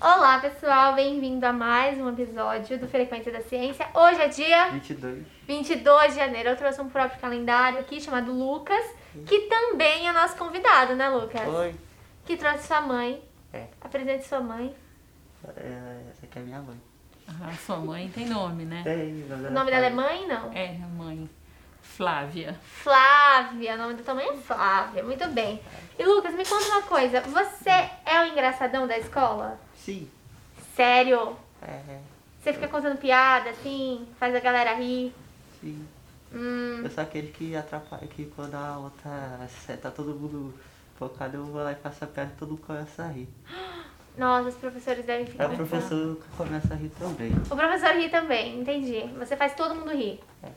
Olá pessoal, bem-vindo a mais um episódio do Frequência da Ciência. Hoje é dia 22. 22 de janeiro. Eu trouxe um próprio calendário aqui chamado Lucas, que também é nosso convidado, né, Lucas? Oi. Que trouxe sua mãe. É. Apresente sua mãe. É, Essa aqui é minha mãe. Ah, sua mãe tem nome, né? Ei, O nome dela é mãe? Não. É, a mãe. Flávia. Flávia, o nome da tua mãe é Flávia. Muito bem. E Lucas, me conta uma coisa. Você é o engraçadão da escola? Sim. Sério? É, Você fica contando piada, assim, faz a galera rir? sim. Hum, Eu sou aquele que atrapalha, que quando a outra se- tá todo mundo focado, eu vou lá e faço a piada e todo mundo começa a rir. nossa, os professores devem Aí ficar. o professor começa a rir também. O professor ri também, entendi. Você faz todo mundo rir. É.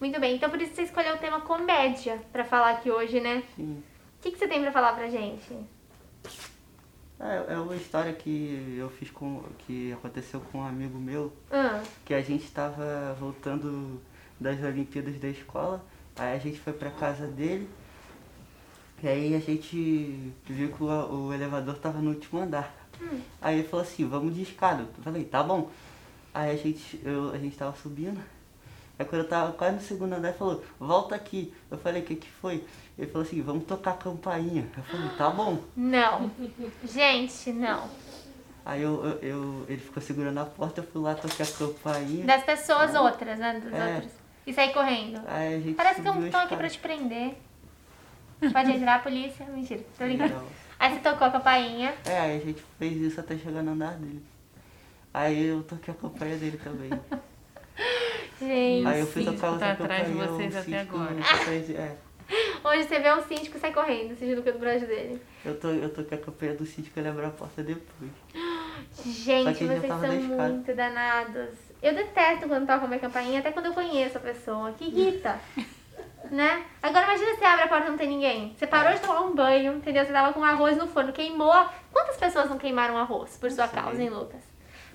Muito bem, então por isso você escolheu o tema comédia pra falar aqui hoje, né? Sim. O que, que você tem pra falar pra gente? É, é uma história que eu fiz com. que aconteceu com um amigo meu, Hum, que a gente tava voltando das Olimpíadas da escola, aí a gente foi pra casa dele, e aí a gente viu que o, o elevador tava no último andar. Hum. Aí ele falou assim, vamos de escada. Eu falei, tá bom. Aí a gente, eu, a gente tava subindo, aí quando eu tava quase no segundo andar, ele falou, volta aqui. Eu falei, o que que foi? Ele falou assim, vamos tocar a campainha. Eu falei, tá bom. não. gente, não. Aí eu, eu, eu- ele ficou segurando a porta, eu fui lá, toquei a campainha. Das pessoas outras, né? Das É. outras. E sair correndo. Aí a gente Parece que subiu a estão aqui pra escada. te prender. Pode entrar a polícia. Mentira, tô brincando. Não. Aí você tocou a campainha. É, aí a gente fez isso até chegar no andar dele. Aí eu toquei a campanha dele também. Gente, aí eu fui síndico tocar outra tá atrás de campanha, o vocês até síndico agora. tá atrás de- é, hoje você vê um síndico sai correndo, se do Brasil dele. eu, to, eu toquei a campanha do síndico, ele abriu a porta depois. Só Gente, que ele já vocês tava são na escada. muito danados. Eu detesto quando tocam minha campainha, até quando eu conheço a pessoa. Que irrita. né? Agora imagina você abre a porta e não tem ninguém. Você parou de tomar um banho, entendeu? Você tava com um arroz no forno, queimou. a- Quantas pessoas não queimaram arroz por sua causa, hein, Lucas?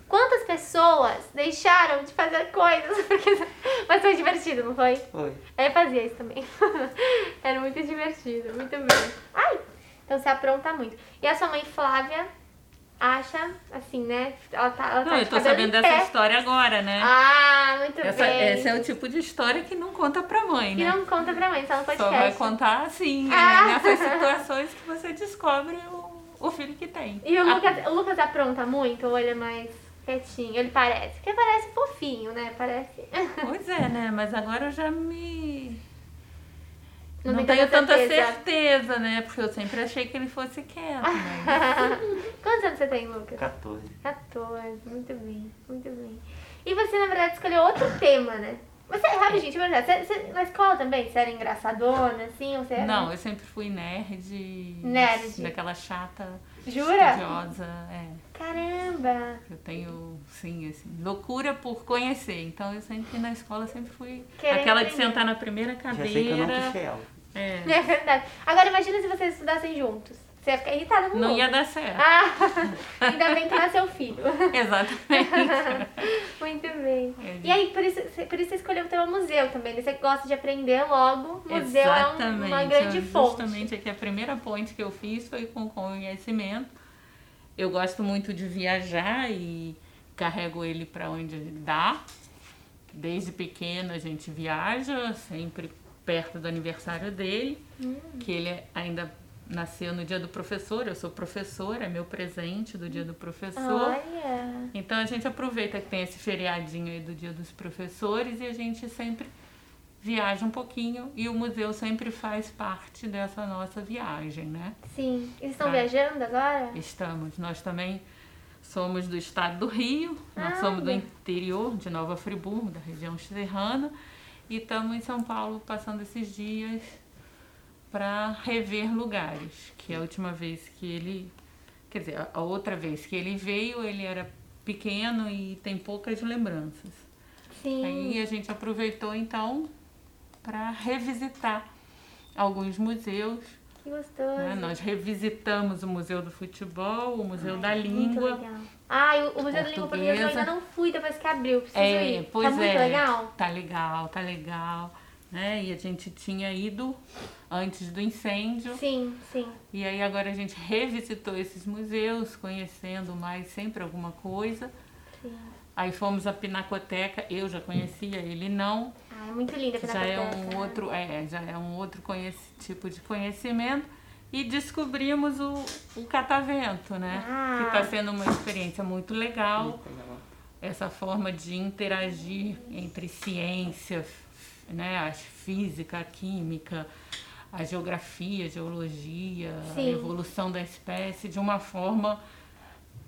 Quantas pessoas deixaram de fazer coisas? Porque... Mas foi divertido, não foi? Foi. Eu É, fazia isso também. Era muito divertido, muito bem. Ai! Então você apronta muito. E a sua mãe, Flávia, acha, assim, né? Ela tá, ela tá Não, de eu tô cabelo sabendo em dessa pé. história agora, né? Ah, muito essa, bem. esse é o tipo de história que não conta pra mãe, E né? não conta pra mãe, só no Só vai podcast. contar assim, Ah. né? nessas situações que você descobre o, o filho que tem. E o Ah, Lucas, o Lucas apronta muito, ou ele é mais quietinho? Ele parece. Porque parece fofinho, né? Parece. Pois é, né? Mas agora eu já me. Não Não, tem tenho tanta tanta certeza. Ah, certeza. né? Porque eu sempre achei que ele fosse quieto, né? Quantos anos você tem, Lucas? 14. 14, muito bem, muito bem. E você, na verdade, escolheu outro tema, né? Você, rapidinho, gente, eu perguntar, você, você- na escola também, você era engraçadona, assim, ou você era... Não, eu sempre fui nerd. Nerd. Daquela chata. Jura? Estudiosa, é. Caramba, Eu tenho, sim, assim, loucura por conhecer. Então eu sempre na escola sempre fui Querendo aquela de aprender. sentar na primeira Já sei que eu não cadeira. puxei ela. É, é verdade. Agora, imagina se vocês estudassem juntos. Você ia ficar irritada com o não outro. ia dar certo. Ah, ainda bem que nasceu filho. Exatamente. Muito bem. É. E aí, por isso, você- por isso você escolheu o tema museu também, né? Você gosta de aprender logo. Museu Exatamente. é um- uma grande fonte. Justamente aqui a primeira ponte que eu fiz foi com conhecimento. Eu gosto muito de viajar e carrego ele para onde dá. Desde pequena a gente viaja, sempre perto do aniversário dele, Hum. que ele ainda nasceu no dia do professor, eu sou professora, é meu presente do dia do Ah, professor. Olha, Então a gente aproveita que tem esse feriadinho aí do Dia dos Professores e a gente sempre viaja um pouquinho e o museu sempre faz parte dessa nossa viagem, né? sim. Eles estão Ah. viajando agora? Estamos, nós também somos do estado do Rio, nós Ah, somos do olha. interior de Nova Friburgo, da região serrana, e estamos em São Paulo passando esses dias para rever lugares, que a última vez que ele, quer dizer, a- a outra vez que ele veio, ele era pequeno e tem poucas lembranças. Sim. Aí a gente aproveitou então para revisitar alguns museus Que gostoso. né? Nós revisitamos o Museu do Futebol, o Museu da Muito Língua. legal. Ah, e o o Museu da Língua Portuguesa eu Portuguesa. tá ainda não fui depois que abriu. Preciso É, ir. pois tá é. muito legal. Tá legal, tá legal. né? E a gente tinha ido antes do incêndio. Sim, sim. E aí agora a gente revisitou esses museus, conhecendo mais sempre alguma coisa. sim. Aí fomos à Pinacoteca, eu já conhecia, ele não. Ah, é muito linda a Já é Pinacoteca, um né? outro, é, já é um outro conheci- tipo de conhecimento. E descobrimos o, o catavento, né? Ah. Que está sendo uma experiência muito legal. Essa forma de interagir entre ciência, f- né? A física, a química, a geografia, a geologia, a Sim. evolução da espécie de uma forma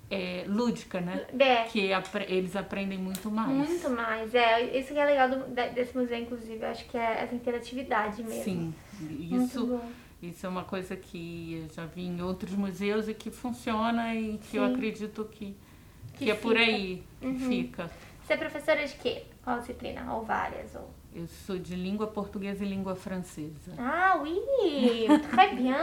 é, lúdica, né? É. Que apre- eles aprendem muito mais. Muito mais, é. Isso que é legal do- da- desse museu, inclusive. Eu acho que é essa interatividade mesmo. Sim, Muito isso, bom. isso é uma coisa que eu já vi em outros museus e que funciona e que eu Sim. acredito que, que, Que é por fica. Uhum. aí que fica. Você é professora de quê? Qual disciplina? Ou várias? Ou... Eu sou de língua portuguesa e língua francesa. Ah, oui! Très bien!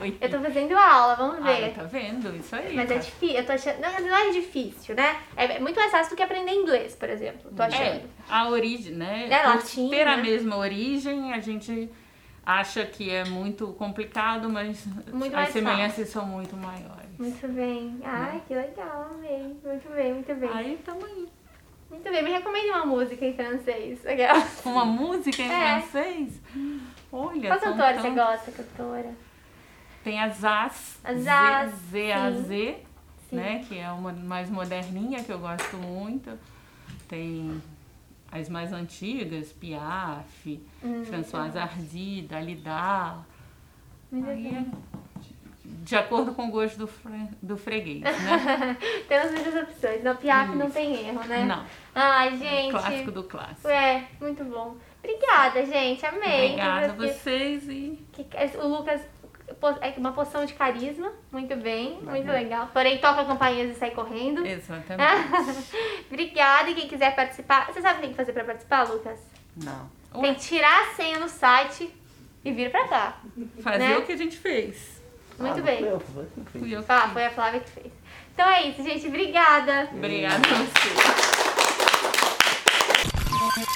Oi. Eu tô fazendo aula, vamos Ah, ver. tá vendo? Isso aí. tá. Mas é cara. difícil, eu tô achando. Não, não é difícil, né? É muito mais fácil do que aprender inglês, por exemplo. Tô achando. É, a origem, né? É, por latim, ter a né? mesma origem, a gente acha que é muito complicado, mas Muito as mais semelhanças são muito maiores. Muito bem. Ai, Né? que legal, amei. Muito bem, muito bem. Aí estamos aí. Muito bem, me recomende uma música em francês. Legal. Uma música em É. francês? Olha, Qual são cantora você tantos. gosta, cantora? Tem a Zaz, A Zaz, Z, a Z, Sim. né? Que é uma mais moderninha que eu gosto muito. Tem as mais antigas, Piaf, Hum, Françoise Hardy, Dalida. Muito Aí é de acordo com o gosto do, fre- do freguês, né? Temos muitas opções. No Piaf não tem erro, né? Não. É Ai, gente. Clássico do clássico. É, muito bom. Obrigada, gente. Amei. Obrigada a Você- vocês e que- que- O Lucas pô- é uma poção de carisma. Muito bem, Tá muito legal. Porém, toca campainhas e sai correndo. exatamente. Obrigada. E quem quiser participar, você sabe o que tem que fazer pra participar, Lucas? Não. Ué. Tem que tirar a senha no site e vir pra cá. Fazer Né? o que a gente fez. Muito Ah, não bem. fui eu, foi você que fez. Fui eu que Ah, foi a Flávia que fez. Então é isso, gente. Obrigada. Obrigada a vocês.